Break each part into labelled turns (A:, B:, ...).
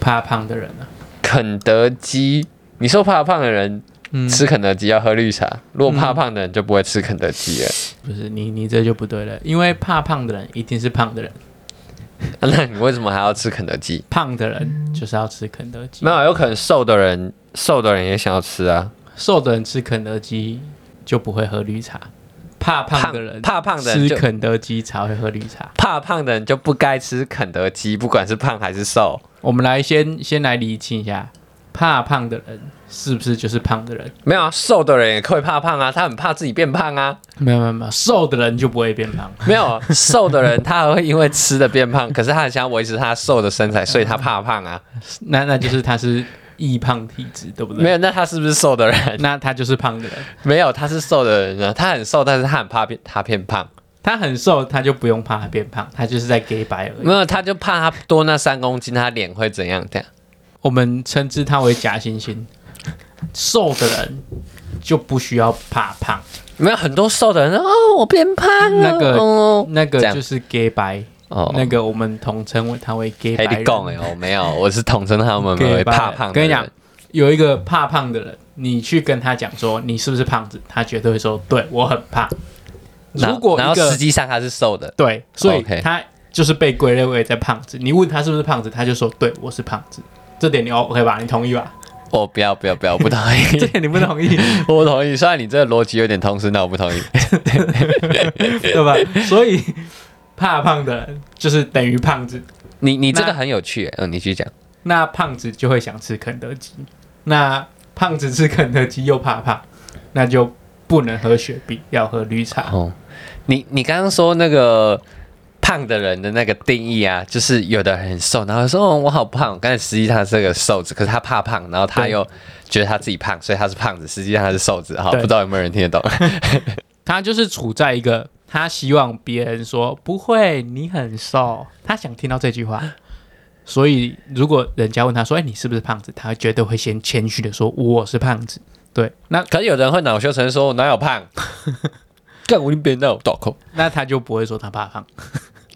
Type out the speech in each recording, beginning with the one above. A: 怕胖的人啊？
B: 肯德基，你说怕胖的人
A: 嗯，
B: 吃肯德基要喝绿茶，如果怕胖的人就不会吃肯德基了。
A: 不是你你这就不对了，因为怕胖的人一定是胖的人，
B: 那你为什么还要吃肯德基？
A: 胖的人就是要吃肯德基
B: 没，有，有可能瘦的人，瘦的人也想要吃啊。
A: 瘦的人吃肯德基就不会喝绿茶，怕胖的人
B: 怕胖的人
A: 吃
B: 就
A: 肯德基才会喝绿茶。
B: 怕胖的人就不该吃肯德基，不管是胖还是瘦。
A: 我们来先先来理清一下，怕胖的人是不是就是胖的人？
B: 没有啊，瘦的人也会怕胖啊，他很怕自己变胖啊。
A: 没有没有没有，瘦的人就不会变胖。
B: 没有啊瘦的人，他还会因为吃的变胖，可是他很想要维持他瘦的身材，所以他怕胖啊。
A: 那那就是他是易胖体质，对不对？
B: 没有，那他是不是瘦的人？
A: 那他就是胖的人。
B: 没有，他是瘦的人啊，他很瘦，但是他很怕变，他变胖。
A: 他很瘦，他就不用怕他变胖，他就是在 gay 白而已
B: 没。有，他就怕他多那三公斤，他脸会怎样？这样
A: 我们称之他为假惺惺。瘦的人就不需要怕胖，
B: 没有很多瘦的人哦，我变胖了。
A: 那个
B: 哦，
A: 那个
B: 这样
A: 就是 gay 白，
B: 哦
A: 那个我们统称为他为 gay
B: 黑
A: 白
B: 你讲哎，
A: 人。
B: 我没有，我是统称他们
A: gay
B: 为
A: 白人
B: 怕胖的人。
A: 跟你讲，有一个怕胖的人，你去跟他讲说你是不是胖子，他绝对会说对我很胖。
B: 然后，
A: 如果
B: 然
A: 一
B: 后
A: 个
B: 实际上他是瘦的，
A: 对，所以
B: OK
A: 他就是被归类为在胖子。你问他是不是胖子，他就说对我是胖子。这点你哦 OK 吧？你同意 吧？
B: 我哦不要不要不要，我不同
A: 这
B: 意，
A: 点你不同意
B: 我不同意。虽然你这个逻辑有点通顺，但我不同意。
A: 对吧？所以 怕胖的人就是等于胖子，
B: 你你这
A: 那
B: 个很有趣，嗯，你继续讲。
A: 那胖子就会想吃肯德基，那胖子吃肯德基又怕胖，那就不能喝雪碧，要喝绿茶。
B: 哦，你你刚刚说那个胖的人的那个定义啊，就是有的人很瘦，然后说哦我好胖，但是实际上他是个瘦子，可是他怕胖，然后他
A: 对
B: 又觉得他自己胖，所以他是胖子，实际上他是瘦子。好，
A: 对
B: 不知道有没有人听得懂？
A: 他就是处在一个他希望别人说不会，你很瘦，他想听到这句话。所以如果人家问他说：“哎、你是不是胖子？”他绝对会先谦虚的说：“我是胖子。”对，那
B: 可是有的人会恼羞成怒说，我哪有胖？干我一边闹倒扣
A: 那他就不会说他怕胖。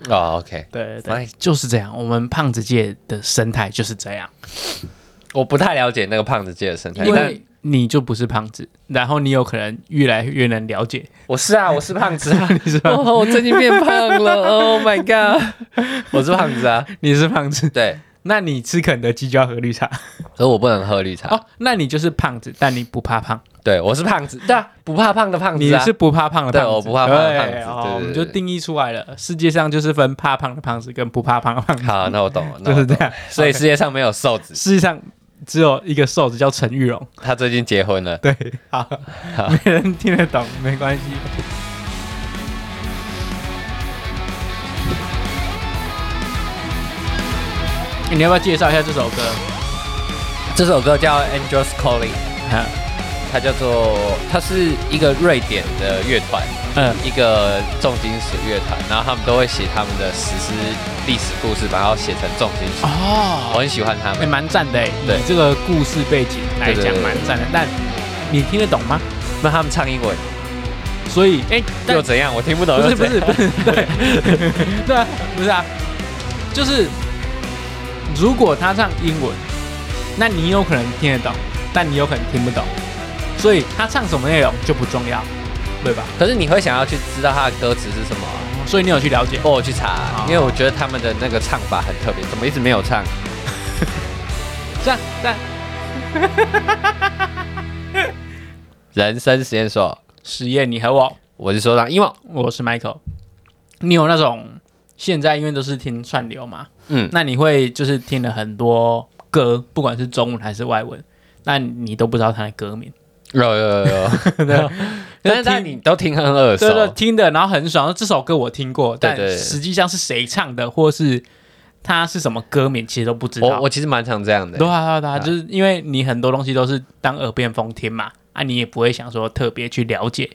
B: 哦 OK，
A: 对对
B: 对
A: 对，就是这样。我们胖子界的生态就是这样，
B: 我不太了解那个胖子界的生态，
A: 因
B: 哎但
A: 为你就不是胖子，然后你有可能越来越能了解。
B: 我是啊，我是胖子啊，
A: 你是胖
B: 哦，我最近变胖了，Oh my god，我是胖子啊，
A: 你是胖子，
B: 对，
A: 那你吃肯德基就要喝绿茶
B: 可是我不能喝绿茶。
A: 哦，那你就是胖子，但你不怕胖。
B: 对，我是胖子， 对啊，不怕胖的胖
A: 你
B: 哦子啊。
A: 是不怕胖的
B: 对
A: 胖子，
B: 我不怕胖的胖子
A: 对
B: 对
A: 哦
B: 对对
A: 我们就定义出来了。世界上就是分怕胖的胖子跟不怕胖的胖子，
B: 好，那我懂了，那
A: 就
B: 我
A: 是
B: 懂
A: 这
B: 了。
A: 样。
B: 所以世界上没有瘦子，
A: 世界上只有一个瘦子叫陈玉荣，
B: 他最近结婚了。
A: 对，好，
B: 好
A: 没人听得懂，没关系。欸你要不要介绍一下这首歌？
B: 这首歌叫《Angels Calling》，
A: 啊
B: 它叫做，它是一个瑞典的乐团，
A: 嗯
B: 一个重金属乐团，然后他们都会写他们的史诗、历史故事，把它写成重金属。我
A: 哦，
B: 很喜欢他
A: 哎，
B: 们，
A: 蛮赞的哎，
B: 对
A: 以这个故事背景来
B: 对
A: 讲
B: 对对
A: 蛮赞的，但你听得懂吗？
B: 那他们唱英文
A: 所以哎，但
B: 又怎样？我听不懂。
A: 不
B: 又
A: 是
B: 怎
A: 不
B: 样
A: 是不是， 对对啊，不是啊，就是如果他唱英文，那你有可能听得懂，但你有可能听不懂，所以他唱什么内容就不重要，对吧？
B: 可是你会想要去知道他的歌词是什么啊、
A: 所以你有去了解，
B: 哦，我去查
A: 好，
B: 因为我觉得他们的那个唱法很特别，怎么一直没有唱？
A: 这样但
B: 人生实验所，
A: 实验你和我，
B: 我是说让因为
A: 我是 Michael，你有那种现在因为都是听串流嘛，
B: 嗯，
A: 那你会就是听了很多歌，不管是中文还是外文，那你都不知道它的歌名。
B: 有有有 有，但是但你都听很耳熟
A: 对，对，听的，然后很爽。这首歌我听过，
B: 对
A: 但
B: 对
A: 实际上是谁唱的，或是它是什么歌名，其实都不知
B: 我
A: 道。
B: 我其实蛮常这样的
A: 对，啊，对啊，对啊
B: 啊
A: 就是因为你很多东西都是当耳边风听嘛，啊，你也不会想说特别去了解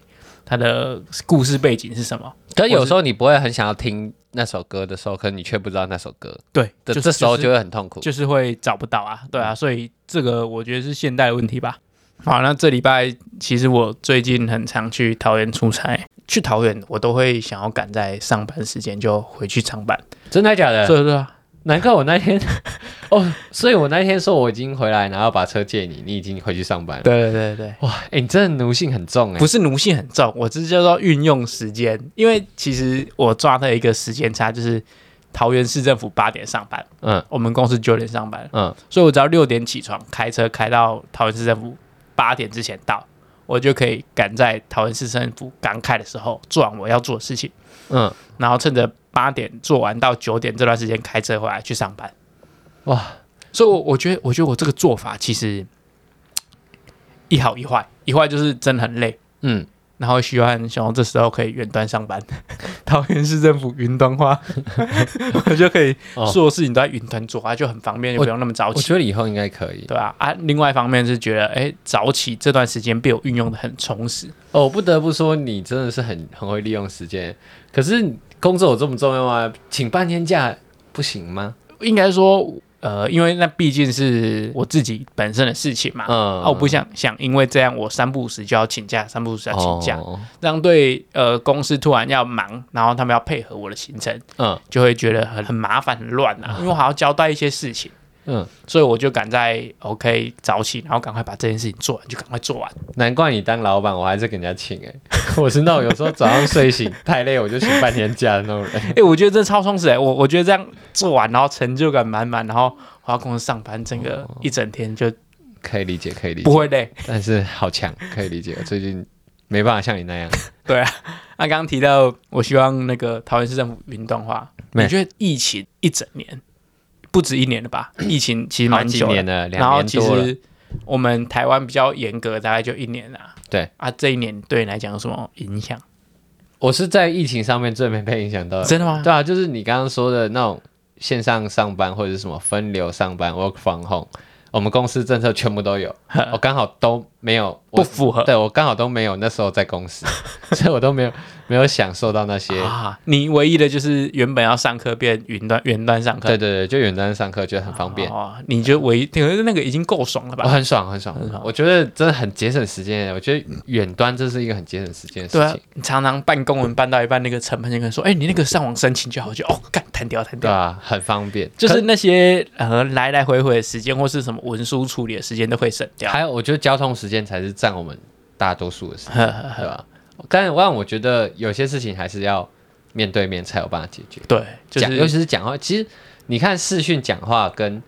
A: 它的故事背景是什么。
B: 可有时候你不会很想要听那首歌的时候，可你却不知道那首歌，
A: 对，
B: 这
A: 就
B: 这时候
A: 就
B: 就是会很痛苦。
A: 就是会找不到啊，对啊，所以这个我觉得是现代的问题吧。好，那这礼拜其实我最近很常去桃园出差，去桃园我都会想要赶在上班时间就回去上班。
B: 真的假的？
A: 对对啊，
B: 难怪我那天 哦，所以我那天说我已经回来，然后把车借你，你已经回去上班了。
A: 对对对对，
B: 哇，哎、你真的奴性很重哎、
A: 不是奴性很重，我这叫做运用时间。因为其实我抓的一个时间差就是桃园市政府八点上班，
B: 嗯
A: 我们公司九点上班，
B: 嗯，
A: 所以我只要六点起床，开车开到桃园市政府八点之前到，我就可以赶在桃园市政府刚开的时候做完我要做的事情，
B: 嗯，
A: 然后趁着八点做完到九点这段时间开车回来去上班。
B: 哇，
A: 所以我，我觉得，我觉得我这个做法其实一好一坏，一坏就是真的很累，
B: 嗯，
A: 然后希望熊这时候可以远端上班， 桃园市政府云端化， 我就可以
B: 哦
A: 所有事情都在云端做啊，就很方便，就不用那么早
B: 我
A: 起，
B: 觉得以后应该可以。
A: 对啊，啊，另外一方面是觉得，哎，早起这段时间被我运用的很充实，
B: 哦，我不得不说，你真的是很很会利用时间。可是工作有这么重要吗？请半天假不行吗？
A: 应该说，呃，因为那毕竟是我自己本身的事情嘛，
B: 嗯
A: 啊，我不想想因为这样我三不五时就要请假，三不五时要请假，
B: 哦
A: 这样对呃公司突然要忙，然后他们要配合我的行程，
B: 嗯
A: 就会觉得很很麻烦很乱啊，因为我还要交代一些事情。
B: 嗯，
A: 所以我就赶在 OK 早起，然后赶快把这件事情做完，就赶快做完。
B: 难怪你当老板，我还是给人家请哎、 我是那种有时候早上睡醒太累，我就请半天假的那种人。
A: 哎、我觉得这超充实哎、我我觉得这样做完，然后成就感满满，然后我要公司上班，整个一整天就
B: 可以理解，可以理
A: 不
B: 解，
A: 会累。
B: 但是好强，可以理解。我最近没办法像你那 样，
A: 对啊，那刚刚提到，我希望那个桃园市政府云端化，
B: 没
A: 你觉得疫情一整年，不止一年了 吧？疫情其实
B: 好
A: 蛮
B: 几
A: 久的
B: 年了，
A: 然后
B: 两
A: 其
B: 年多了。
A: 实我们台湾比较严格，大概就一年啦。
B: 对
A: 啊，这一年对你来讲有什么影响？
B: 我是在疫情上面最没被影响到的，
A: 真的吗？
B: 对啊，就是你刚刚说的那种线上上班或者是什么分流上班 （work from home），我们公司政策全部都 有，我刚好都没有，
A: 不
B: 我
A: 符合
B: 对我刚好都没有，那时候在 公司，所以我都没有没有享受到那些。
A: 啊，你唯一的就是原本要上课变云端云端上课，
B: 对对对，就远端上课觉得很方便，哦
A: 哦，你就唯一，可是那个已经够爽了
B: 我、
A: 吧？
B: 很爽很爽
A: 很爽
B: 我觉得真的很节省时间。我觉得远端这是一个很节省时间的事
A: 对啊
B: 情。，
A: 你常常办公文办到一半，那个承办就跟你说，哎、你那个上网申请就好，我就哦，干弹掉弹
B: 对
A: 掉，
B: 啊，很方便，
A: 就
B: 可
A: 是那些呃来来回回的时间或是什么文书处理的时间都会省掉。
B: 还有，我觉得交通时间才是占我们大多数的时间。
A: 呵呵呵
B: 对吧？但让我觉得有些事情还是要面对面才有办法解决。
A: 对，就
B: 讲，尤
A: 是
B: 其是讲话，其实你看视讯讲话跟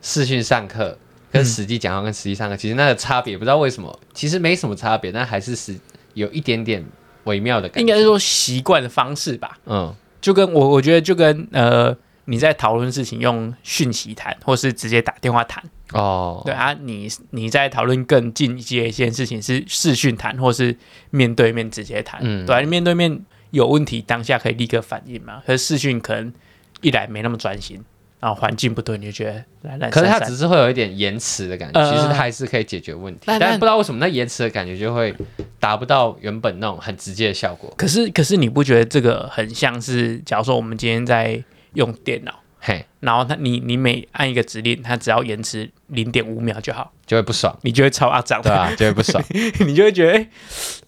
B: 视讯上课，跟实际讲话跟实际上课，其实那个差别不知道为什么，其实没什么差别，但还是是有一点点微妙的感
A: 应
B: 觉。
A: 该是说习惯的方式吧，
B: 嗯，
A: 就跟我我觉得就跟呃你在讨论事情用讯息谈，或是直接打电话谈。
B: 哦，
A: 对啊，你你在讨论更进阶一件事情是视讯谈，或是面对面直接谈。
B: 嗯
A: 对、啊，面对面有问题当下可以立刻反应嘛，可是视讯可能一来没那么专心，然后环境不对，你就觉得懒懒
B: 可
A: 散
B: 是它
A: 散。
B: 只是会有一点延迟的感觉，
A: 呃
B: 其实它还是可以解决问题，
A: 但
B: 但
A: 但
B: 不知道为什么那延迟的感觉就会达不到原本那种很直接的效果。
A: 可是可是你不觉得这个很像是，假如说我们今天在用电脑，
B: 嘿，
A: 然后它你你每按一个指令，它只要延迟零点五秒就好，
B: 就会不爽，
A: 你就会超阿长
B: 对
A: 的，
B: 啊 吧、就会不爽。
A: 你就会觉得，哎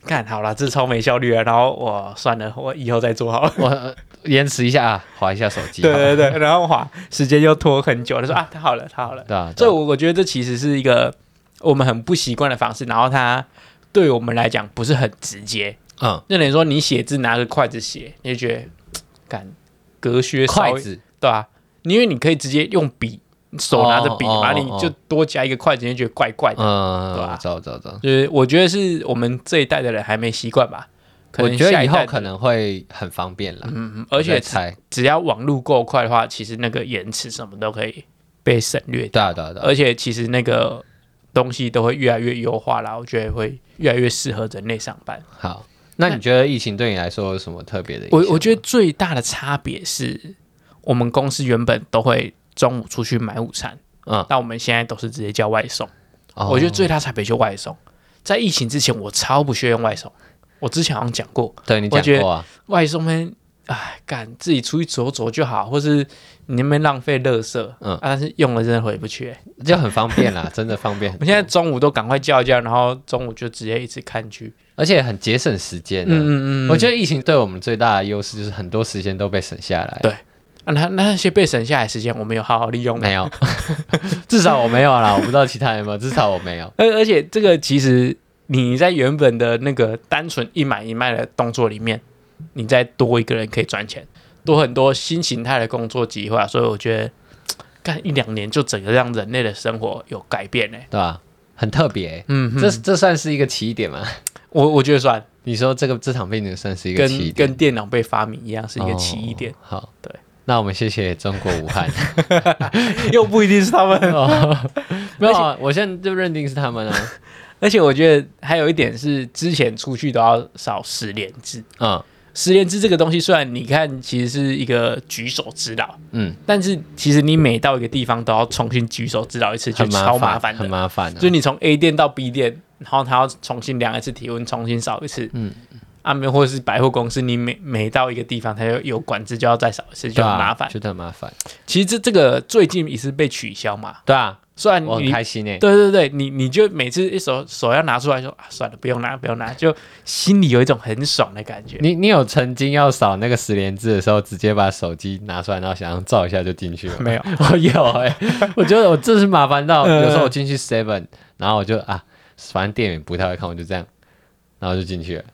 A: 干、好了，这超没效率啊。然后我算了，我以后再做好了。
B: 我呃延迟一下啊，划一下手机。好吧
A: 对对 对，然后滑时间又拖很久，他说啊，他好了，他好了。
B: 对啊，
A: 所以
B: 对啊
A: 我我觉得这其实是一个我们很不习惯的方式，然后它对我们来讲不是很直接。
B: 嗯，
A: 就等于说你写字拿个筷子写，你就觉得嘖感隔靴
B: 筷
A: 搔痒，
B: 子
A: 对啊，因为你可以直接用笔，手拿着笔
B: 哦哦
A: 嘛，
B: 哦
A: 你就多加一个筷子，你就觉得怪怪的。
B: 嗯，
A: 对吧
B: 走走走。
A: 就是我觉得是我们这一代的人还没习惯吧，可
B: 我
A: 能
B: 觉
A: 下
B: 得
A: 一
B: 以
A: 代
B: 后可能会很方便了，
A: 嗯，嗯而且
B: 才
A: 只要网络够快的话，其实那个延迟什么都可以被省略掉，
B: 对啊对啊对啊，
A: 而且其实那个东西都会越来越优化啦，我觉得会越来越适合人类上班。
B: 好。那你觉得疫情对你来说有什么特别的影响吗？
A: 我我觉得最大的差别是我们公司原本都会中午出去买午餐，
B: 嗯，
A: 但我们现在都是直接叫外送。
B: 哦
A: 我觉得最大差别就外送，在疫情之前我超不屑用外送，我之前好像讲过，
B: 对你
A: 我觉
B: 讲
A: 得
B: 过啊，
A: 外送们，哎，干自己出去走走就好，或是你那边浪费垃圾，
B: 嗯
A: 嗯、啊，但是用了真的回不去、欸
B: 就很方便 啦，真的方便很
A: 我
B: 多。
A: 现在中午都赶快叫一叫，然后中午就直接一直看剧。
B: 而且很节省时间啊。
A: 嗯嗯嗯，
B: 我觉得疫情对我们最大的优势就是很多时间都被省下来。
A: 对啊那那些被省下来的时间，我们有好好利用吗
B: 没？有， 至少我没有啦，我不知道其他人有没有，至少我没有。
A: 而而且这个其实你在原本的那个单纯一买一卖的动作里面，你再多一个人可以赚钱，多很多新形态的工作计划，所以我觉得干一两年就整个让人类的生活有改变欸呢、
B: 对吧、很特别、
A: 嗯哼，
B: 这这算是一个起点吗？
A: 我我觉得算
B: 你说这个这场病毒算是一个
A: 跟
B: 起点，
A: 跟电脑被发明一样是一个起点，
B: 哦好，
A: 对，
B: 那我们谢谢中国武 汉。
A: 又不一定是他们。
B: 哦， 没有啊，我现在就认定是他们啊。
A: 而且我觉得还有一点是，之前出去都要少十连制。
B: 嗯
A: 十连制这个东西，虽然你看其实是一个举手之劳，
B: 嗯，
A: 但是其实你每到一个地方都要重新举手指导一次，就
B: 很
A: 超麻烦
B: 烦，很
A: 的。
B: 麻烦、啊。
A: 就你从 A 店到 B 店，然后他要重新量一次体温，重新扫一次。嗯，啊，没有或者是百货公司，你每每到一个地方，它就有管制，就要再扫一次，就
B: 对
A: 很
B: 啊
A: 麻烦。
B: 觉得很麻烦。
A: 其实这这个最近也是被取消嘛，
B: 对啊，
A: 虽然
B: 我很
A: 你
B: 开心诶、
A: 对对对，你你就每次一手手要拿出来说啊，算了，不用拿，不用拿，就心里有一种很爽的感觉。
B: 你你有曾经要扫那个十连字的时候，直接把手机拿出来，然后想要照一下就进去了？
A: 没有，
B: 我有哎、我觉得我真是麻烦到，
A: 嗯
B: 有时候我进去 Seven，然后我就啊，反正店员不太会看，我就这样，然后就进去了。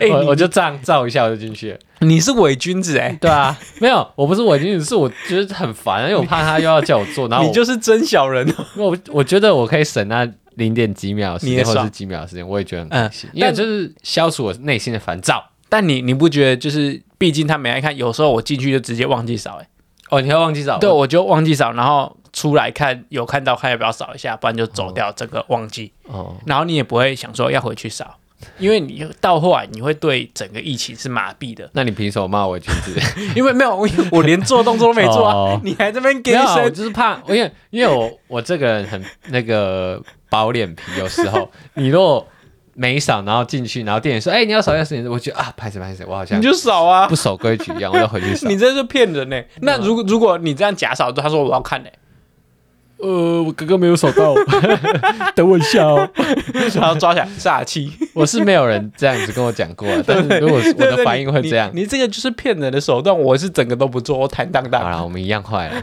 A: 哎、
B: 我
A: 你
B: 我就这样照一下我就进去了。
A: 你是伪君子哎、
B: 对啊，没有，我不是我进去，是我觉得很烦， 因为我怕他又要叫我做，然后
A: 你
B: 我
A: 就是真小人哦。
B: 我我觉得我可以省那零点几秒的时
A: 你也
B: 间，或者
A: 爽
B: 是几秒的时间，我也觉得很开心，
A: 嗯
B: 因为
A: 但
B: 就是消除我内心的烦躁。
A: 但你你不觉得就是，毕竟他没来看，有时候我进去就直接忘记扫、欸，
B: 哦，你会忘记找
A: 对，我就忘记扫，然后出来看有看到看要不要扫一下，不然就走掉，整个忘记，
B: 哦，，
A: 然后你也不会想说要回去扫。因为你到后来，你会对整个疫情是麻痹的
B: 那你凭什么骂我裙子？
A: 因为没有我我连做动作都没做啊
B: 哦，
A: 你还这边
B: 没
A: 给
B: 有啊，我
A: 生，
B: 就是怕，因为因为我 我这个人很那个薄脸皮，有时候你如果没扫，然后进去，然后店员说：“哎、你要扫一下时间。”我觉得啊，拍谁拍谁，我好像
A: 你就扫啊
B: 不，守规矩一样，我要回去扫
A: 你。这是骗人呢、
B: 嗯
A: 那如果如果你这样假扫，他说我要看欸呢、
B: 呃，我刚刚没有扫 到，等 我一下哦。
A: 然后抓起来煞气。
B: 我是没有人这样子跟我讲过啊，但是如果是我
A: 对对
B: 的反应会这样，
A: 你你你这个就是骗人的手段，我是整个都不做，我坦荡荡
B: 好。了，我们一样坏了，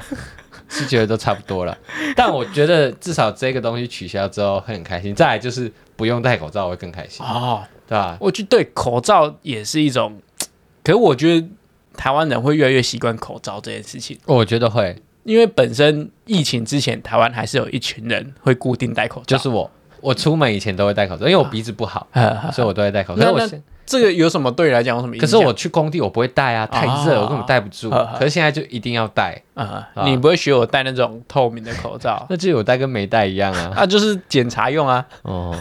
B: 是觉得都差不多了。但我觉得至少这个东西取消之后会很开心，再来就是不用戴口罩会更开心，
A: 哦，
B: 对吧？
A: 我觉得对口罩也是一种，可是我觉得台湾人会越来越习惯口罩这件事情，
B: 我觉得会，
A: 因为本身疫情之前，台湾还是有一群人会固定戴口罩，
B: 就是我，我出门以前都会戴口罩，因为我鼻子不好，
A: 呃，
B: 所以我都会戴口
A: 那
B: 罩。可是我
A: 那
B: 现
A: 这个有什么对你来讲有什么影
B: 可
A: 响？
B: 是我去工地我不会戴啊，太热
A: 哦
B: 我根本戴不住。
A: 呵呵
B: 可是现在就一定要戴，
A: 呃，
B: 啊
A: 你不会学我戴那种透明的口 罩
B: 那就有戴跟没戴一样啊。
A: 啊？就是检查用啊，
B: 哦，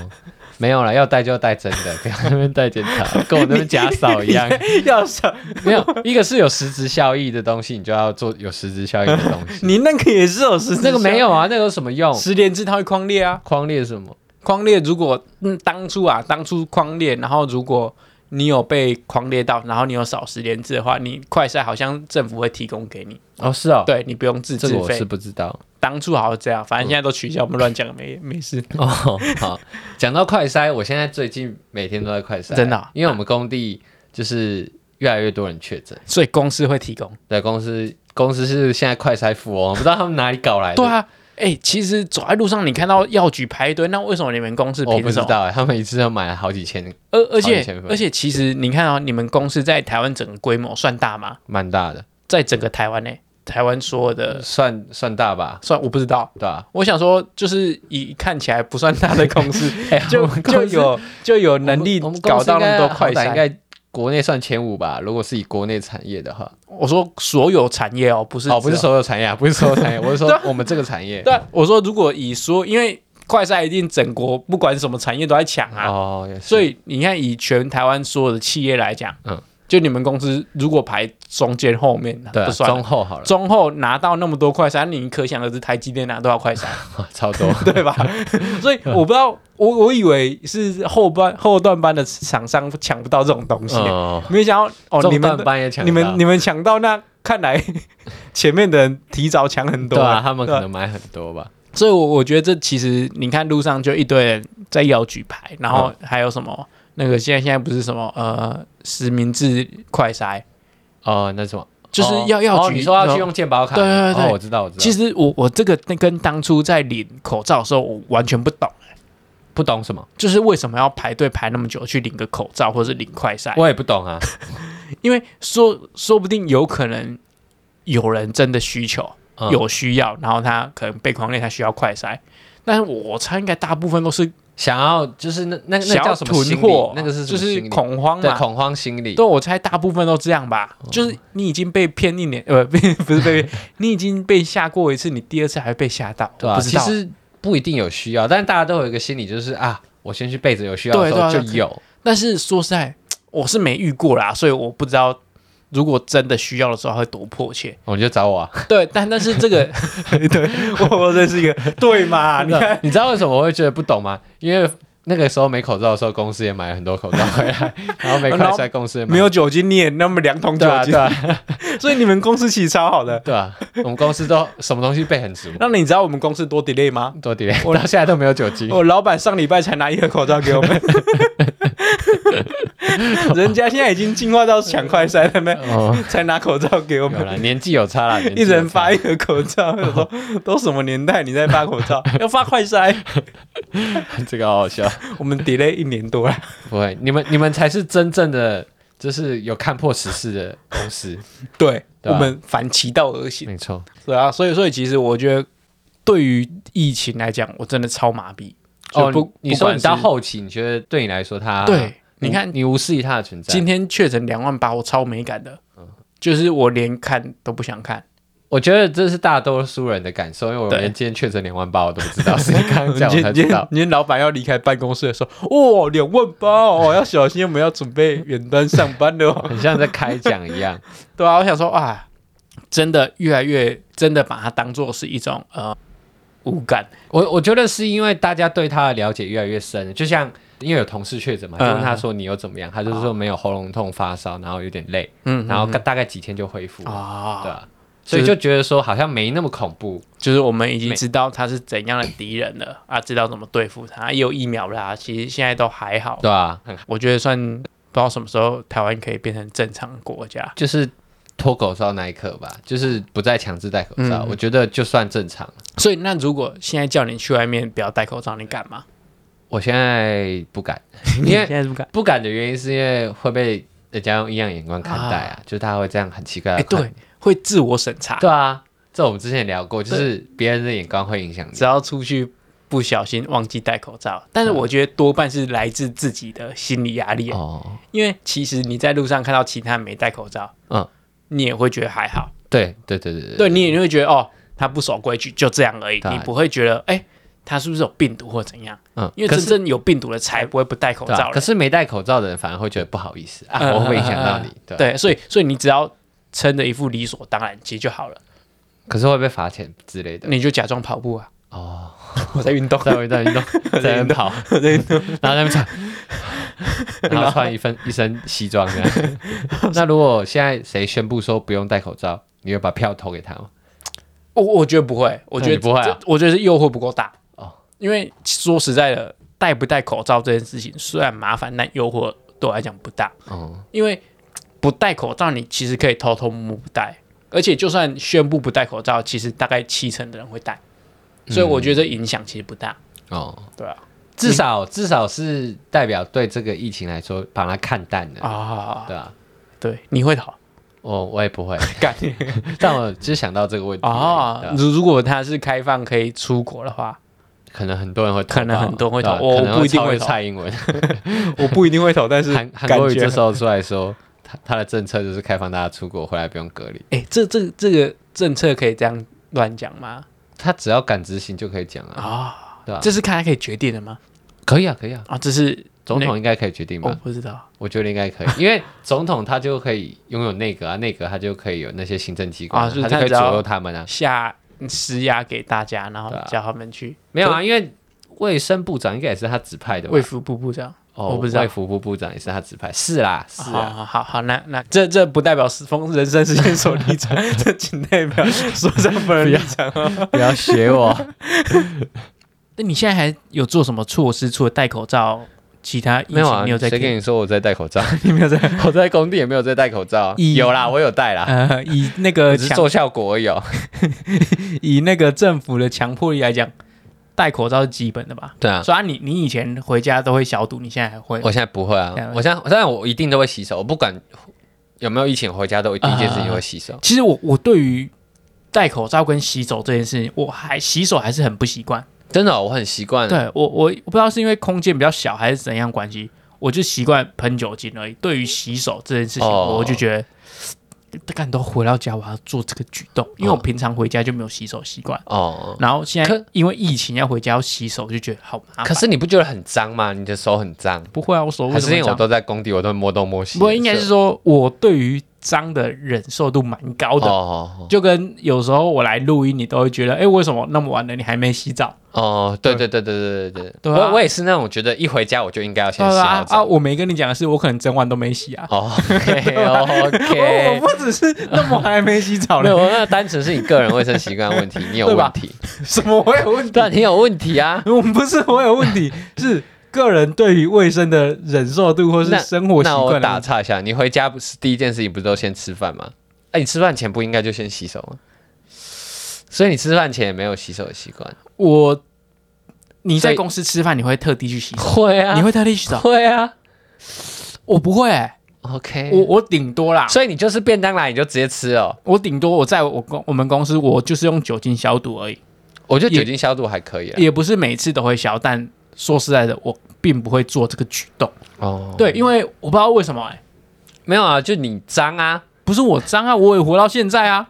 B: 没有了，要戴就要戴真的，不要在那边戴检查，跟我那边假扫哦 一样。
A: 要什？
B: 没有，一个是有实质效益的东西，你就要做有实质效益的东西。
A: 你那个也是有十，
B: 那个没有啊，那个有什么用？
A: 十连制，它会框裂啊。
B: 框列什么？
A: 框列如果嗯当初啊，当初框列，然后如果你有被框列到，然后你有少十连制的话，你快筛好像政府会提供给你，
B: 哦，是哦，
A: 对你不用自
B: 这
A: 自
B: 个我
A: 费。
B: 是不知道。
A: 当初好像这样，反正现在都取消，我们乱讲没没 事。
B: 哦，好，讲到快筛，我现在最近每天都在快筛，
A: 真的啊
B: 因为我们工地就是越来越多人确诊，
A: 所以公司会提供。
B: 对，公司公司是现在快筛富翁，不知道他们哪里搞来的。
A: 对啊，哎、其实走在路上你看到药局排一堆，那为什么你们公司
B: 我不
A: 凭
B: 知
A: 什么？
B: 道哎，他们一次就买了好几千，
A: 而而
B: 超级前
A: 且
B: 锋
A: 而且，其实你看啊、你们公司在台湾整个规模算大吗？
B: 蛮大的，
A: 在整个台湾呢、台湾所有的
B: 算算大吧，
A: 算我不知道，
B: 对 吧？
A: 我想说，就是以看起来不算大的公 司，就
B: 哎我们公
A: 就
B: 司
A: 有就有
B: 我
A: 能
B: 们
A: 力
B: 我们公
A: 搞
B: 司
A: 到那么多
B: 应该
A: 快
B: 好歹应
A: 闪。
B: 该国内算前五吧，如果是以国内产业的话。
A: 我说所有产业哦，不是
B: 哦，不
A: 只
B: 是
A: 有
B: 所有产业啊，不是所有产业，我是
A: 对
B: 说
A: 啊
B: 我们这个产业。
A: 对啊，我说如果以说，因为快赛一定整国不管什么产业都在抢啊，
B: 哦，也是
A: 所以你看以全台湾所有的企业来讲，嗯
B: 嗯，
A: 就你们公司如果排中间后面，
B: 对啊
A: 不算
B: 中
A: 了
B: 后好了，
A: 中后拿到那么多快闪，你可想而知台积电拿多少快闪。
B: 超多。
A: 对 吧？所以我不知道，我我以为是后半后段班的厂商抢不到这种东 西，
B: 嗯，
A: 没想到哦，你
B: 中段
A: 们
B: 班也抢
A: 你
B: 得到，
A: 们你们抢到那，看来 前面的人提早抢很多
B: 对啊，他们
A: 对吧
B: 可能买很多吧。
A: 所以我我觉得这其实你看路上就一堆人在要举牌，然后还有什么、那个现在现在不是什么呃实名制快筛，
B: 哦，那什么，
A: 就是
B: 哦
A: 要要
B: 哦，
A: 举
B: 你说要
A: 然
B: 去
A: 后
B: 用健保卡，
A: 对对对
B: 哦，我知道，我知道，
A: 其实我我这个那跟当初在领口罩的时候，我完全不懂，
B: 不懂什么，
A: 就是为什么要排队排那么久去领个口罩或是领快筛，
B: 我也不懂啊，
A: 因为说说不定有可能有人真的需求
B: 嗯
A: 有需要，然后他可能被狂烈他需要快筛，但是我猜应该大部分都是
B: 想要就是那那那
A: 想
B: 叫
A: 要
B: 什么心
A: 囤
B: 理
A: 货，
B: 那个是什
A: 就
B: 么
A: 是
B: 心理
A: 恐慌
B: 对
A: 嘛。
B: 恐嗯慌心理，
A: 对，啊我猜大部分都这样吧，就是你已经被骗一年，呃，不 是不是被骗，你已经被吓过一次，你第二次还会被吓到，
B: 对
A: 我
B: 啊，
A: 不知
B: 其
A: 道。
B: 实不一定有需要，但是大家都有一个心理，就是啊，我先去备着，有需要的
A: 对
B: 时候
A: 对
B: 就
A: 啊对
B: 有。
A: 但是说实在，我是没遇过啦，所以我不知道如果真的需要的时候会多迫切。
B: 我就找我啊！
A: 对，但但是这个， 对我我这是一个对 嘛？啊你看，
B: 你知道为什么我会觉得不懂吗？因为那个时候没口罩的时候，公司也买了很多口罩 回来，然后没快在公司也买
A: 哦没有酒精你也那么两桶酒
B: 对啊
A: 精，
B: 对啊
A: 所以你们公司其实超好的。
B: 对啊，我们公司都什么东西备 很足，
A: 那你知道我们公司多 delay 吗？哦
B: 多点，我到现在都没有酒精。
A: 我老板上礼拜才拿一盒口罩给我 们，人家现在已经进化到抢快筛了没？
B: 哦，
A: 才拿口罩给我
B: 有
A: 们，
B: 了，年纪有 差了，年纪
A: 一
B: 有差
A: 人发一盒口罩。我说都什么年代你在发口 罩？要发快筛？
B: 这个好好笑。
A: 我们 delay 一年多了。
B: 不会，你们你们才是真正的，就是有看破时事的公 司。
A: 对，
B: 对
A: 我
B: 啊
A: 们反其道而行。
B: 没错，
A: 对啊，所以所以其实我觉得，对于疫情来讲，我真的超麻痹。
B: 哦，
A: 就不
B: 你
A: 不
B: 你说
A: 管
B: 你
A: 是
B: 到后期，你觉得对你来说它
A: 对，啊你看
B: 你无视于它的存在。
A: 今天确诊两万八，我超没感的，就是我连看都不想 看。
B: 我觉得这是大多数人的感受，因为我
A: 对
B: 连今天确诊两万八我都不知道，是你刚刚讲我
A: 今
B: 才
A: 天 今
B: 知道
A: 天。今天老板要离开办公室的时候，哦，两万八哦，要小心，我们要准备远端上班了、哦。
B: 很像在开讲一样，
A: 对啊，我想说啊，真的越来越真的把它当做是一种呃无感。
B: 我我觉得是因为大家对他的了解越来越深，就像因为有同事确诊嘛，就
A: 嗯
B: 问他说你又怎么样，他就是说没有喉咙痛、发烧，然后有点累，
A: 嗯
B: 然后大概几天就恢复，了，
A: 啊
B: 对，啊，所以就觉得说好像没那么恐怖，
A: 就是我们已经
B: 没
A: 知道他是怎样的敌人 了啊，知道怎么对付他，也有疫苗啦。其实现在都还好，
B: 对啊，很
A: 我觉得算不知道什么时候台湾可以变成正常国家。
B: 就是脱口罩那一刻吧，就是不再强制戴口罩，
A: 嗯
B: 我觉得就算正常了。
A: 所以，那如果现在叫你去外面不要戴口罩，你敢 吗？
B: 我现在 不敢，
A: 你
B: 因为
A: 现在不敢。
B: 不敢的原因是因为会被人家用异样眼光看待啊，就是他会这样很奇怪
A: 哎、
B: 的看。
A: 对，会自我审查，
B: 对啊，这我们之前也聊过，就是别人的眼光会影响你。
A: 只要出去不小心忘记戴口罩，但是我觉得多半是来自自己的心理压力，啊
B: 哦，
A: 因为其实你在路上看到其他人没戴口罩，
B: 嗯，
A: 你也会觉得还好，
B: 对对对对
A: 对你也会觉得哦，他不守规矩，就这样而已，
B: 对
A: 你不会觉得哎、他是不是有病毒或怎样？
B: 嗯，
A: 因为
B: 可
A: 真
B: 是
A: 正有病毒的才不会不戴口
B: 对啊
A: 罩嘞
B: 可是没戴口罩的人反而会觉得不好意思啊，
A: 嗯
B: 我会不会影响到你
A: 嗯嗯嗯？
B: 对啊，
A: 对，所以所以你只要撑着一副理所当然，其实就好了。
B: 可是会被罚钱之类的。
A: 你就假装跑步啊，
B: 哦，
A: 我在运动，
B: 在在 运动，在那边跑，
A: 我在运动，
B: 然后在 那边穿，然后穿一份一身西装这样。 那如果现在谁宣布说不用戴口罩，你会把票投给他吗？
A: 我我觉得不会，我觉
B: 那
A: 得
B: 你不会啊
A: 这，我觉得是诱惑不够大
B: 哦
A: 因为说实在的，戴不戴口罩这件事情虽然麻烦，但诱惑对我来讲不大，
B: 哦，
A: 因为不戴口罩你其实可以偷偷摸摸不戴，而且就算宣布不戴口罩，其实大概七成的人会戴，所以我觉得这影响其实不大，
B: 哦，
A: 对啊，
B: 至少至少是代表对这个疫情来说，把它看淡了，
A: 啊，
B: 对啊，
A: 对，你会逃，
B: 我我也不会，
A: 干
B: 但我只想到这个问题对
A: 啊
B: 啊，
A: 如如果它是开放可以出国的话，
B: 可能很多人会投吧，
A: 可能很多人会投
B: 对啊
A: 我
B: 可能
A: 不一定
B: 超越
A: 会投
B: 蔡英文，
A: 我不一定会投，但
B: 韩韩国瑜这时候出来说，他他的政策就是开放大家出国回来不用隔离，
A: 哎、这这这个政策可以这样乱讲吗？
B: 他只要敢执行就可以讲啊，
A: 啊、
B: 对啊
A: 这是看来可以决定的吗？
B: 可以啊，可以啊，
A: 啊，这是
B: 总
A: 那哦
B: 统应该可以决定
A: 我
B: 吧？
A: 不知道
B: 我觉得应该可以，因为总统他就可以拥有内阁啊，内阁他就可以有那些行政机关
A: 啊
B: 啊，
A: 就是
B: 他就可
A: 他
B: 以
A: 只要
B: 左右他们啊，
A: 下施压给大家，然后
B: 对啊
A: 叫他们去
B: 没有啊，因为卫生部长应该也是他指派的吧
A: 卫？福部部长。
B: 哦，
A: 我不知道
B: 卫福部部长也是他指派，是啦，是
A: 好
B: 啊，
A: 好好好，那那这这不代表是风人生实验所立 场，这仅代表说唱本人立场哦。
B: 不要学我。
A: 那你现在还有做什么措施？除了戴口罩其他疫
B: 没有
A: 情
B: 啊
A: 你有，在
B: 谁跟
A: 听？
B: 你说我在戴口罩？
A: 你没有在？
B: 我在工地也没有在戴口罩啊，
A: 以
B: 有啦，我有戴啦，
A: 呃，以那个
B: 只是
A: 强
B: 做效果而已哦。
A: 以那个政府的强迫力来讲，戴口罩是基本的吧？
B: 对啊，
A: 所以啊你你以前回家都会消毒，你现在还会吗？
B: 我现在不会啊
A: 对啊，
B: 我现在当然我一定都会洗手，我不管有没有疫情，回家都第一件事情会洗手。
A: 其实我我对于戴口罩跟洗手这件事情，我还洗手还是很不习惯。
B: 真的哦、我很习惯。
A: 对我我我不知道是因为空间比较小还是怎样关系，我就习惯喷酒精而已。对于洗手这件事情，
B: 哦
A: 我就觉得。干都回到家，我要做这个举动，因为我平常回家就没有洗手习惯，
B: 哦，
A: 然后现在
B: 可
A: 因为疫情要回家要洗手，就觉得好麻烦。
B: 可是你不觉得很脏吗？你的手很脏，
A: 不会啊，我手为
B: 还
A: 什
B: 是
A: 么
B: 因为我
A: 脏？
B: 都在工地，我都摸东摸西的。
A: 不会，应该是说我对于脏的忍受度蛮高
B: 哦
A: 的，
B: 哦
A: 就跟有时候我来录音，你都会觉得，哎，为什么那么晚了你还没洗澡？
B: 哦哦，对对对对对对对，
A: 对啊
B: 我我也是那种觉得一回家我就应该要先洗
A: 啊
B: 好
A: 啊啊！
B: 澡。
A: 我没跟你讲的是，我可能整晚都没洗啊。
B: 哦，OK
A: 我
B: OK，
A: 不只是那么还没洗澡
B: 没有，
A: 了，
B: 那单纯是你个人卫生习惯问题，你有
A: 对吧
B: 问题，
A: 什么我有问题？
B: 对啊，你有问题啊。
A: 我们不是我有问题，是个人对于卫生的忍受度或是
B: 那
A: 生活习
B: 那我
A: 惯的
B: 打
A: 问题。
B: 岔一下，你回家不是第一件事情不是都先吃饭吗？哎、你吃饭前不应该就先洗手吗？所以你吃饭前也没有洗手的习惯？
A: 我你
B: 所
A: 在
B: 以
A: 公司吃饭，你会特地去洗手？
B: 会啊，
A: 你会特地去洗澡？
B: 会啊。
A: 我不会、欸，
B: OK，
A: 我我顶多啦，
B: 所以你就是便当来你就直接吃哦。
A: 我顶多我在我公我们公司，我就是用酒精消毒而已，
B: 我觉得
A: 也
B: 酒精消毒还可以啊。
A: 也不是每次都会消。但说实在的，我并不会做这个举动。
B: 哦，
A: 对，因为我不知道为什么、欸，
B: 没有啊，就你脏啊。
A: 不是我脏啊，我也活到现在 啊，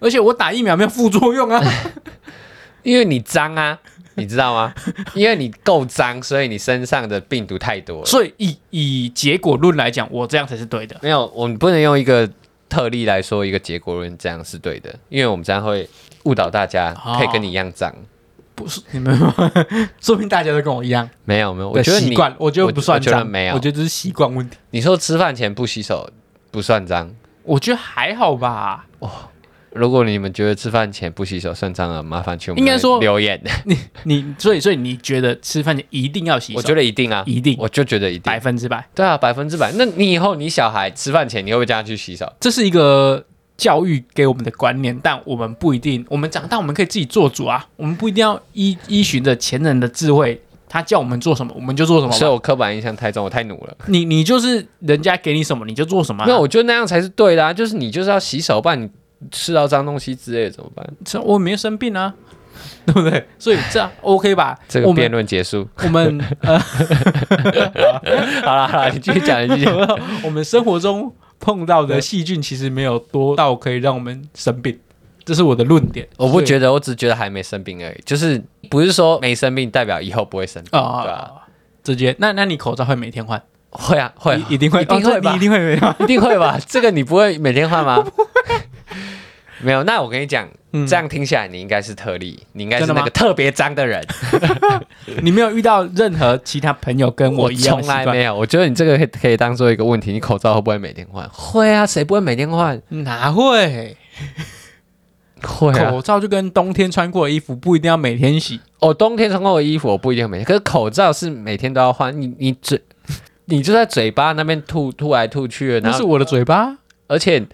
A: 而且我打疫苗没有副作用啊。
B: 因为你脏啊，你知道吗？因为你够脏，所以你身上的病毒太多了。
A: 所以以以结果论来讲，我这样才是对的。
B: 没有，我们不能用一个特例来说一个结果论，这样是对的，因为我们这样会误导大家，
A: 哦
B: 可以跟你一样脏。
A: 不是你们， 说明大家都跟我一样
B: 没有没有，我
A: 的
B: 觉得
A: 习
B: 你
A: 惯，我觉得
B: 我
A: 不算
B: 我觉得
A: 脏，
B: 没有
A: 我觉得这是习惯问题。
B: 你说吃饭前不洗手不算脏，
A: 我觉得还好吧，
B: 如果你们觉得吃饭前不洗手算脏了，麻烦去我们
A: 应该说
B: 留言。
A: 你所以所以你觉得吃饭前一定要洗手？
B: 我觉得一定啊，
A: 一定
B: 我就觉得一定
A: 百。分之百，
B: 对啊，百分之百。那你以后你小孩吃饭前，你会不会叫他去洗手？
A: 这是一个教育给我们的观念，但我们不一定，我们长大我们可以自己做主啊，我们不一定要依依循着前人的智慧，他叫我们做什么我们就做什么吧。
B: 所以我刻板印象太重，我太努了。
A: 你你就是人家给你什么你就做什么、啊。
B: 那我觉得那样才是对的啊，就是你就是要洗手，不然你吃到脏东西之类的怎么办？
A: 这我没有生病啊， 对不对？所以这 样 OK 吧？
B: 这
A: 我
B: 个辩
A: 们
B: 论结束。
A: 我们呃，
B: 好啦好啦，你继续讲，你继续讲。
A: 我们生活中碰到的细菌其实没有多到可以让我们生病，这是我的论点。
B: 我不觉得，我只觉得还没生病而已，就是不是说没生病代表以后不会生病。
A: 得
B: 对
A: 啊，直接那那你口罩会每天换？
B: 会啊，会啊
A: 一一定会，
B: 一定
A: 哦这
B: 会
A: 你
B: 吧
A: 一，定会每天换。
B: 一定会吧。这个你不会每天 换吗？没有，那我跟你讲，
A: 嗯
B: 这样听起来你应该是特例，你应该是
A: 真的吗
B: 那个特别脏的人。
A: 你没有遇到任何其他朋友跟我一样
B: 从
A: 的习
B: 来
A: 惯？
B: 没有，我觉得你这个可以可以当做一个问题，你口罩会不会每天换？会啊，谁不会每天换？
A: 哪会？
B: 会啊。
A: 口罩就跟冬天穿过的衣服不一定要每天洗。
B: 哦，冬天穿过的衣服我不一定每天，可是口罩是每天都要换。你你嘴，你就在嘴巴那边吐吐来吐去的，
A: 那
B: 然
A: 是
B: 后
A: 我的嘴巴，
B: 而且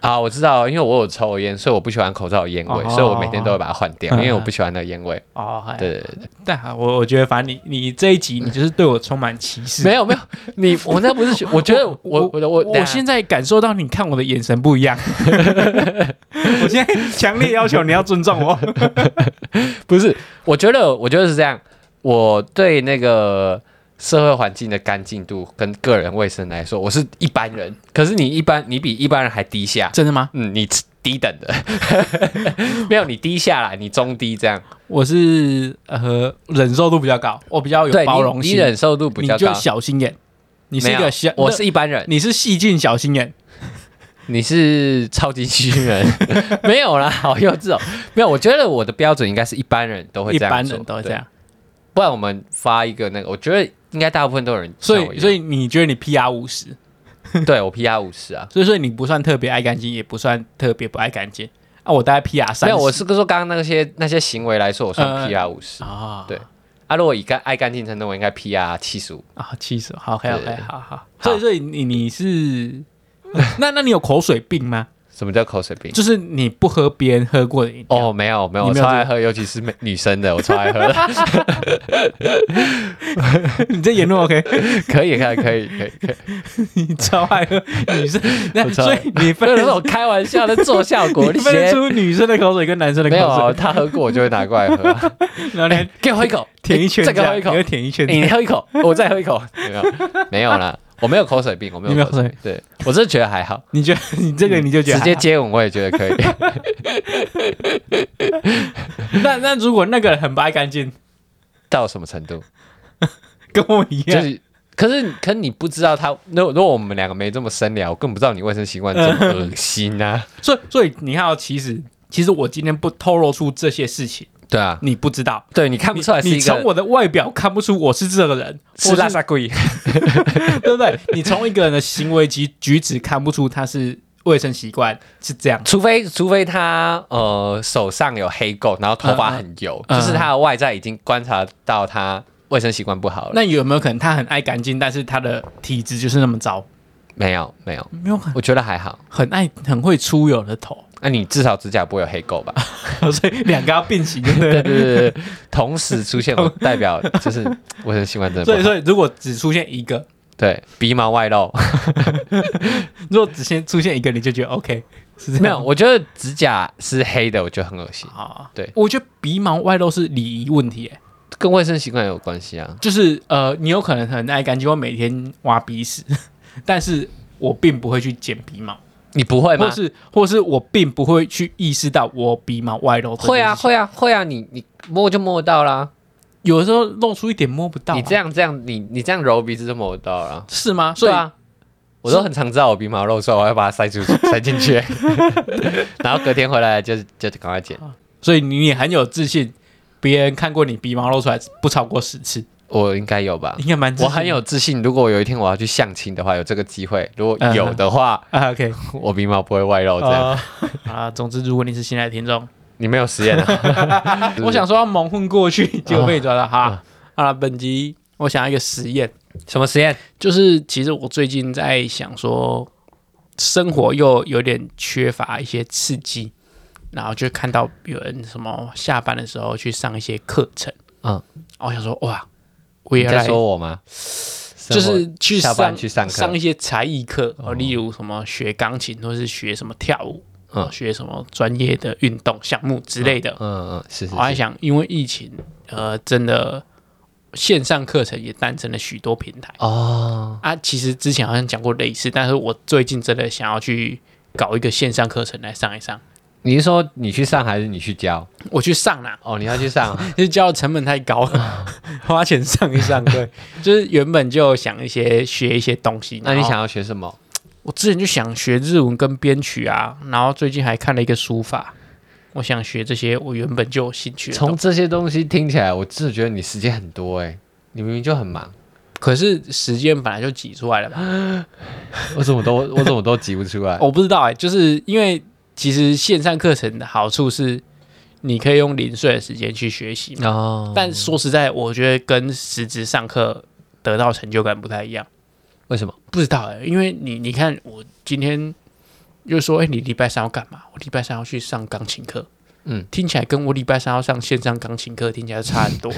B: 啊，我知道，因为我有抽烟，所以我不喜欢口罩的烟味，
A: 哦
B: 所以我每天都会把它换掉，
A: 嗯
B: 因为我不喜欢那个烟味。
A: 哦，还
B: 对对对，
A: 但好我我觉得，反正你你这一集你就是对我充满歧视。
B: 没有没有，你我那不是，我觉得我我我
A: 我
B: 我
A: 我现在感受到你看我的眼神不一样，我现在强烈要求你要尊重我。
B: 不是，我觉得我觉得是这样，我对那个社会环境的干净度跟个人卫生来说，我是一般人，可是你一般你比一般人还低下，
A: 真的吗？
B: 嗯，你低等的，没有你低下啦，你中低这样，
A: 我是呃忍受度比较高，我比较有
B: 对，
A: 包
B: 你
A: 容
B: 你
A: 心，
B: 忍受度比
A: 你
B: 较
A: 就
B: 高。
A: 小心眼。你是一
B: 没有
A: 个小，
B: 我是一般人，
A: 你是细菌小心眼，
B: 你是超级新人， 没有啦， 好幼稚哦，没有，我觉得我的标准应该是一般人都会
A: 一
B: 这样
A: 般
B: 做
A: 人都会
B: 对
A: 这样。
B: 不然我们发一个那个，我觉得应该大部分都有人
A: 所
B: 像我一
A: 以
B: 样，
A: 所以你觉得你 PR 五十，
B: 对我 PR 五十啊，
A: 所以说你不算特别爱干净，也不算特别不爱干净啊。我大概 PR 三，
B: 没有，我是说刚刚那些那些行为来说，我算
A: 呃
B: PR 五十、
A: 啊，
B: 对啊，如果以干爱干净程度，我应该 PR 七十五。
A: 啊，气死！好，OK
B: 对
A: OK，好好。所以所以你你是，那那你有口水病吗？
B: 什么叫口水病？
A: 就是你不喝别人喝过的饮料。
B: 哦，没有没有，
A: 你
B: 我
A: 没有
B: 超
A: 这
B: 爱
A: 个
B: 喝，尤其是美女生的，我超爱喝 的。
A: 你这言论 OK，
B: 可以可以可以可以， 可以
A: 你超爱喝女生，那
B: 我超
A: 所
B: 爱
A: 以你
B: 不
A: 分得
B: 是那
A: 出
B: 种开玩笑的做效果，
A: 你
B: 你
A: 分得
B: 先
A: 出女生的口水跟男生的口
B: 没有啊，
A: 水，
B: 他喝过我就会拿过来喝啊，
A: 然后你还
B: 给我喝一口，
A: 舔一圈
B: 再
A: 这
B: 给我
A: 样，
B: 喝一口
A: 你会舔一圈这
B: 欸
A: 样。
B: 你喝一 口，我再喝一口，没有没有啦，我没有口水病，我没
A: 你没
B: 有
A: 有
B: 口水病，对我真的觉得还好，
A: 你觉得你这个你就觉得啊
B: 直接
A: 还好
B: 接吻我也觉得可以，
A: 那那如果那个人很不爱干净，
B: 到什么程 度？
A: 跟我一
B: 就
A: 样，
B: 是。可是，可是你不知道他，如果如果我们两个没这么深聊，我根本不知道你卫生习惯这么恶心啊！
A: 所以所以你看到，其实其实我今天不透露出这些事情，
B: 对啊，
A: 你不知道，
B: 对你看不
A: 你
B: 出来是一
A: 你从
B: 个
A: 我的外表看不出我是这个人，
B: 是
A: 或
B: 拉萨 鬼，
A: 对不对？你从一个人的行为及举止看不出他是卫生习惯是这样，
B: 除非除非他呃手上有黑垢，然后头发很油，
A: 嗯嗯
B: 就是他的外在已经观察到他卫生习惯不好了。
A: 那有没有可能他很爱干净，但是他的体质就是那么糟？
B: 没有没有，
A: 没有很
B: 我觉得还好。
A: 很爱很会出油的头，
B: 那、你至少指甲不会有黑垢吧？
A: 所以两个要并行，对不
B: 对
A: 对？
B: 对对对，同时出现，我代表就是卫生习惯真的
A: 所以
B: 不好。
A: 所以如果只出现一个，
B: 对，鼻毛外露
A: 如果只先出现一个，你就觉得 OK，是这样
B: 没有，我觉得指甲是黑的，我觉得很恶心，
A: 啊？
B: 对，
A: 我觉得鼻毛外露是礼仪问题、欸，
B: 跟卫生习惯有关系啊。
A: 就是呃，你有可能很爱干净，我每天挖鼻屎， 但是我并不会去剪鼻毛。
B: 你不会
A: 或
B: 吗？
A: 是或是我并不会去意识到我鼻毛外露。
B: 会啊，会啊会啊，你你摸就摸得到啦。
A: 有的时候露出一点摸不到啊、
B: 你这样这样，你你这样揉鼻子就摸得到啦。
A: 是吗？所
B: 对
A: 以、
B: 啊，我都很常知道我鼻毛露出来，我要把它塞 出去塞进去， 然后隔天回来就就赶快剪。
A: 所以你也很有自信，别人看过你鼻毛露出来不超过十次，
B: 我应该有吧？
A: 应该蛮自
B: 啊我
A: 信的
B: 很有自信，如果有一天我要去相亲的话，有这个机会，如果
A: 嗯
B: 有的话，
A: 啊。OK，
B: 我鼻毛不会外露。这样、
A: 呃 啊，总之如果你是新来的听众，
B: 你没有实 验啊？
A: 我想说要蒙混过去，结果被你抓到。好啊，好了，本集我想要一个实验，
B: 什么实验？
A: 就是其实我最近在想说，生活又有点缺乏一些刺激，然后就看到有人什么下班的时候去上一些课程，
B: 嗯
A: 嗯，我想说哇，我
B: 你
A: 也要
B: 在
A: 来，
B: 说我吗？
A: 就是去
B: 下
A: 上
B: 班去上课
A: 一些才艺课，哦，例如什么学钢琴或是学什么跳舞，
B: 嗯
A: 嗯，学什么专业的运动项目之类的。
B: 嗯嗯，是是
A: 我还
B: 是，
A: 想，因为疫情，呃，真的线上课程也诞生了许多平台。
B: 哦，
A: 啊，其实之前好像讲过类似，但是我最近真的想要去搞一个线上课程来上一上。
B: 你是说你去上还是你去教？
A: 我去上啊啦、
B: 哦，你要去上，
A: 就是教的成本太高了， 花钱上一上。对，就是原本就想一些学一些东西。
B: 那你
A: 然后
B: 想，要学什么？
A: 我之前就想学日文跟编曲啊，然后最近还看了一个书法，我想学这些我原本就有兴趣的东西。
B: 从这些东西听起来，我真的觉得你时间很多哎、你明明就很忙，
A: 可是时间本来就挤出来了嘛，
B: 我怎么都我怎么都挤不出来。
A: 我不知道哎、就是因为其实线上课程的好处是，你可以用零碎的时间去学习嘛。
B: 哦，
A: 但说实在，我觉得跟实质上课得到成就感不太一样。
B: 为什么？
A: 不知道哎、因为你你看，我今天就说，哎、你礼拜三要干嘛？我礼拜三要去上钢琴课。
B: 嗯，
A: 听起来跟我礼拜三要上线上钢琴课听起来差很多。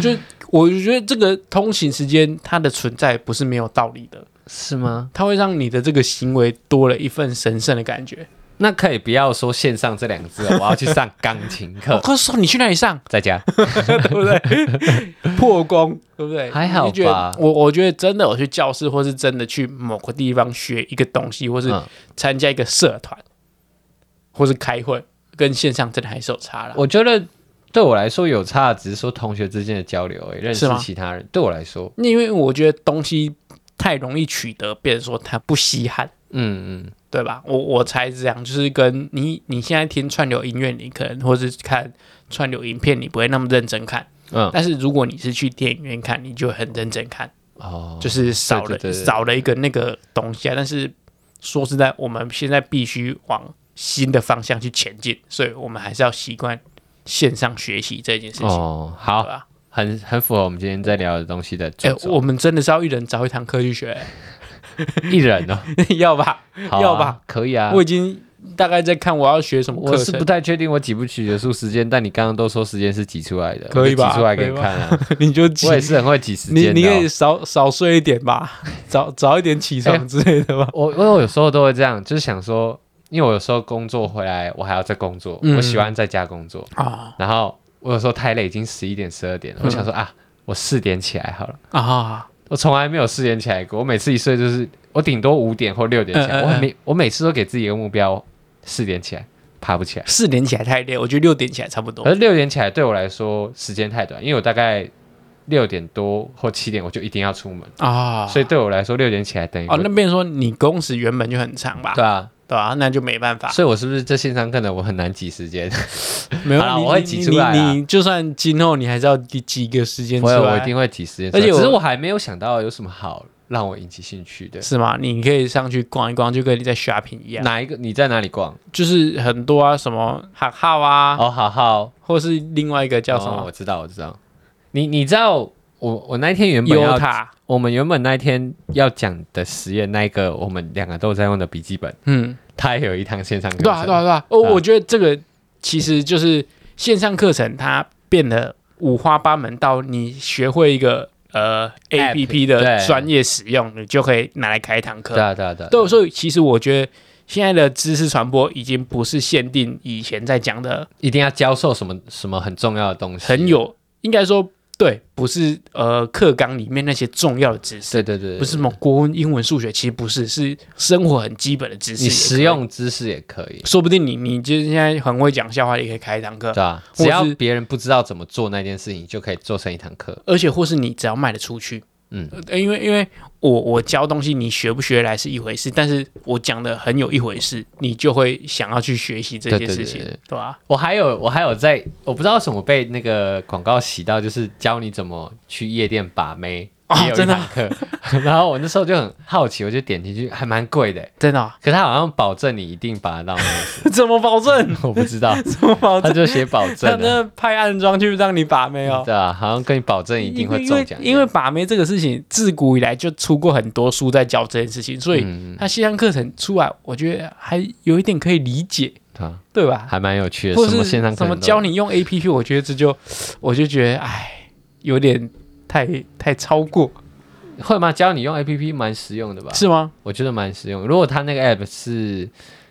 A: 就我觉得这个通勤时间它的存在不是没有道理的，
B: 是吗？
A: 它会让你的这个行为多了一份神圣的感觉。
B: 那可以不要说线上这两 个字哦，我要去上钢琴
A: 我
B: 课，
A: 告诉你去哪里上？
B: 在家。
A: 对不对？ 破功，对不对？
B: 还好吧
A: 你就觉得我我觉得真的，我去教室，或是真的去某个地方学一个东西，或是
B: 嗯
A: 参加一个社团，或是开会，跟线上真的还是有差了。
B: 我觉得对我来说有差，只是说同学之间的交流而已，认识
A: 是吗
B: 其他人。对我来说，
A: 因为我觉得东西太容易取得，变成说它不稀罕。
B: 嗯嗯，
A: 对吧？我我猜是这样，就是跟你你现在听串流音乐，你可能或是看串流影片，你不会那么认真看。
B: 嗯
A: 但是如果你是去电影院看，你就很认真看。
B: 哦，
A: 就是少
B: 对
A: 了
B: 对对对
A: 少了一个那个东西啊。但是说实在，我们现在必须往新的方向去前进，所以我们还是要习惯线上学习这件事情，
B: 哦，好
A: 对，吧？
B: 很很符合我们今天在聊的东西的主
A: 哎、
B: 轴。
A: 我们真的是要一人找一堂课去学，
B: 一人哦，
A: 要吧？
B: 好
A: 哎
B: 啊
A: 要吧？
B: 可以啊。
A: 我已经大概在看我要学什么
B: 我
A: 课
B: 是
A: 程
B: 不。太确定我挤不挤得出时间，但你刚刚都说时间是挤出来的，
A: 可以吧
B: 我就挤出来给你看啊。
A: 你就挤
B: 我，也是很会挤时
A: 你
B: 间
A: 你
B: 的
A: 可
B: 哦、
A: 以少少睡一点吧，早早一点起
B: 哎
A: 床
B: 呀
A: 之类的吧。
B: 我我我有时候都会这样，就是想说，因为我有时候工作回来，我还要再工作，
A: 嗯
B: 我喜欢在家工作。
A: 啊
B: 然后我有时候太累，已经十一点十二点了，我
A: 嗯
B: 想说啊，我四点起来好了。
A: 啊！
B: 我从来没有四点起来过，我每次一睡就是我顶多五点或六点起来。
A: 嗯嗯
B: 我
A: 嗯
B: 每我每次都给自己一个目标，四点起来，爬不起来。
A: 四点起来太累，我觉得六点起来差不多
B: 可。是六点起来对我来说时间太短，因为我大概六点多或七点我就一定要出门，
A: 啊，
B: 所以对我来说六点起来等于我
A: 哦，那变成说你工时原本就很长吧，
B: 对啊，
A: 对吧、那就没办法，
B: 所以我是不是这线上课呢？我很难挤时间，
A: 没有
B: 好啦
A: 你
B: 我会
A: 你
B: 挤出来
A: 你
B: 啦
A: 你就算今后你还是要挤挤个时间出
B: 我
A: 来，
B: 有我一定会挤时间出
A: 而
B: 来，
A: 且我
B: 只是我还没有想到有什么好让我引起兴趣的。
A: 是吗？你可以上去逛一逛，就跟你在 shopping 一样，
B: 哪一个？你在哪里逛？
A: 就是很多啊，什么哈号啊，
B: 哦，好好，
A: 或是另外一个叫什
B: 哦
A: 么
B: 我知道，我知道。你你知道我我那一天原本
A: 优
B: 要
A: 塔，
B: 我们原本那一天要讲的实验，那一个我们两个都在用的笔记本，
A: 嗯，
B: 它也有一堂线上课程。
A: 对啊对啊对啊，哦，
B: 啊
A: 我觉得这个其实就是线上课程，它变得五花八门，到你学会一个呃 A
B: App，
A: P P 的
B: 对
A: 专业使用，你就可以拿来开一堂课
B: 对。啊对啊对啊
A: 对，所以其实我觉得现在的知识传播已经不是限定以前在讲的
B: 一定要教授什么什么很重要的东西，
A: 很有，应该说对，不是呃课纲里面那些重要的知识，
B: 对对对，
A: 不是什么国文、英文、数学，其实不是，是生活很基本的知识。
B: 你实，用知识也可以，
A: 说不定你你就是现在很会讲笑话，也可以开一堂课
B: 对，吧？
A: 或是
B: 只要别人不知道怎么做那件事情，就可以做成一堂课。
A: 而且或是你只要卖得出去，
B: 嗯
A: 呃，因为因为我我教东西，你学不学来是一回事，但是我讲的很有一回事，你就会想要去学习这
B: 对
A: 些
B: 对
A: 事
B: 对
A: 情，
B: 对对
A: 对吧、
B: 我还有我还有在，我不知道为什么被那个广告洗到，就是教你怎么去夜店把妹。
A: 哦
B: 也有一
A: 真的
B: 堂课， 然后我那时候就很好奇，我就点进去，还蛮贵的，
A: 真 的啊、
B: 可他好像保证你一定把它到妹，
A: 怎么保证？
B: 我不知 道，
A: 怎么保
B: 他
A: 证？
B: 就写保
A: 他
B: 证的，
A: 那派暗装去让你把妹哦。
B: 对啊，好像跟你保证一定会中奖
A: 因为因为把妹这个事情，自古以来就出过很多书在教这件事情，所以
B: 嗯，
A: 他西洋课程出来，我觉得还有一点可以理解，
B: 对啊，
A: 对吧？
B: 还蛮有趣的，
A: 或
B: 什
A: 是
B: 么线上课
A: 什么
B: 程都有
A: 教你用 A P P，我觉得这就我就觉得哎，有点太太超过，
B: 会吗？教你用 A P P 蛮实用的吧？，
A: 是吗？
B: 我觉得蛮实用。如果他那个 App 是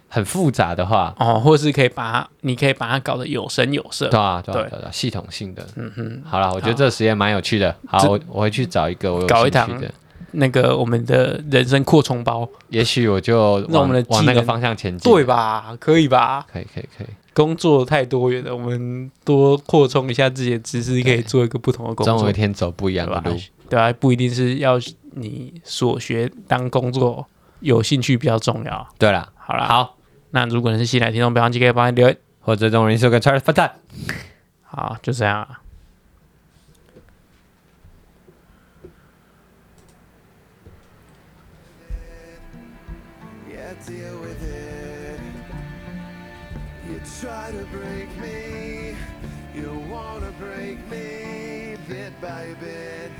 B: 很复杂的话，
A: 哦，或是可以把它，你可以把它搞得有声有色
B: 对。啊，对啊，
A: 对
B: 对啊，系统性的。
A: 嗯哼，
B: 好啦，我觉得这个实验蛮有趣的。好，
A: 这
B: 我我会去找一个我有
A: 搞一
B: 兴趣
A: 堂
B: 的，
A: 那个我们的人生扩充包，
B: 也许我就往
A: 那我们的技
B: 往那个
A: 能
B: 方向前进。啊
A: 对？吧？可以吧？
B: 可以，可以，可以。
A: 工作太多元了，我们多扩充一下自己的知识，可以做一个不同的工
B: 总有
A: 作
B: 一，天走不一
A: 对
B: 样的
A: 吧
B: 路。？
A: 对啊，不一定是要你所学当工作有兴趣比较重要。
B: 对啦，
A: 好啦，
B: 好，
A: 那如果你是新来听众，不要忘记给我帮你留言。
B: 或者这种人是跟 Charles 发展。
A: 好，就这样啊。
C: Yeah, deal with it. You try to break me, you wanna break me bit by bit.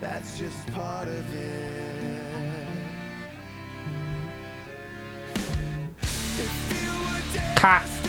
C: That's just part of it. If you were dead,
A: 咔。
C: still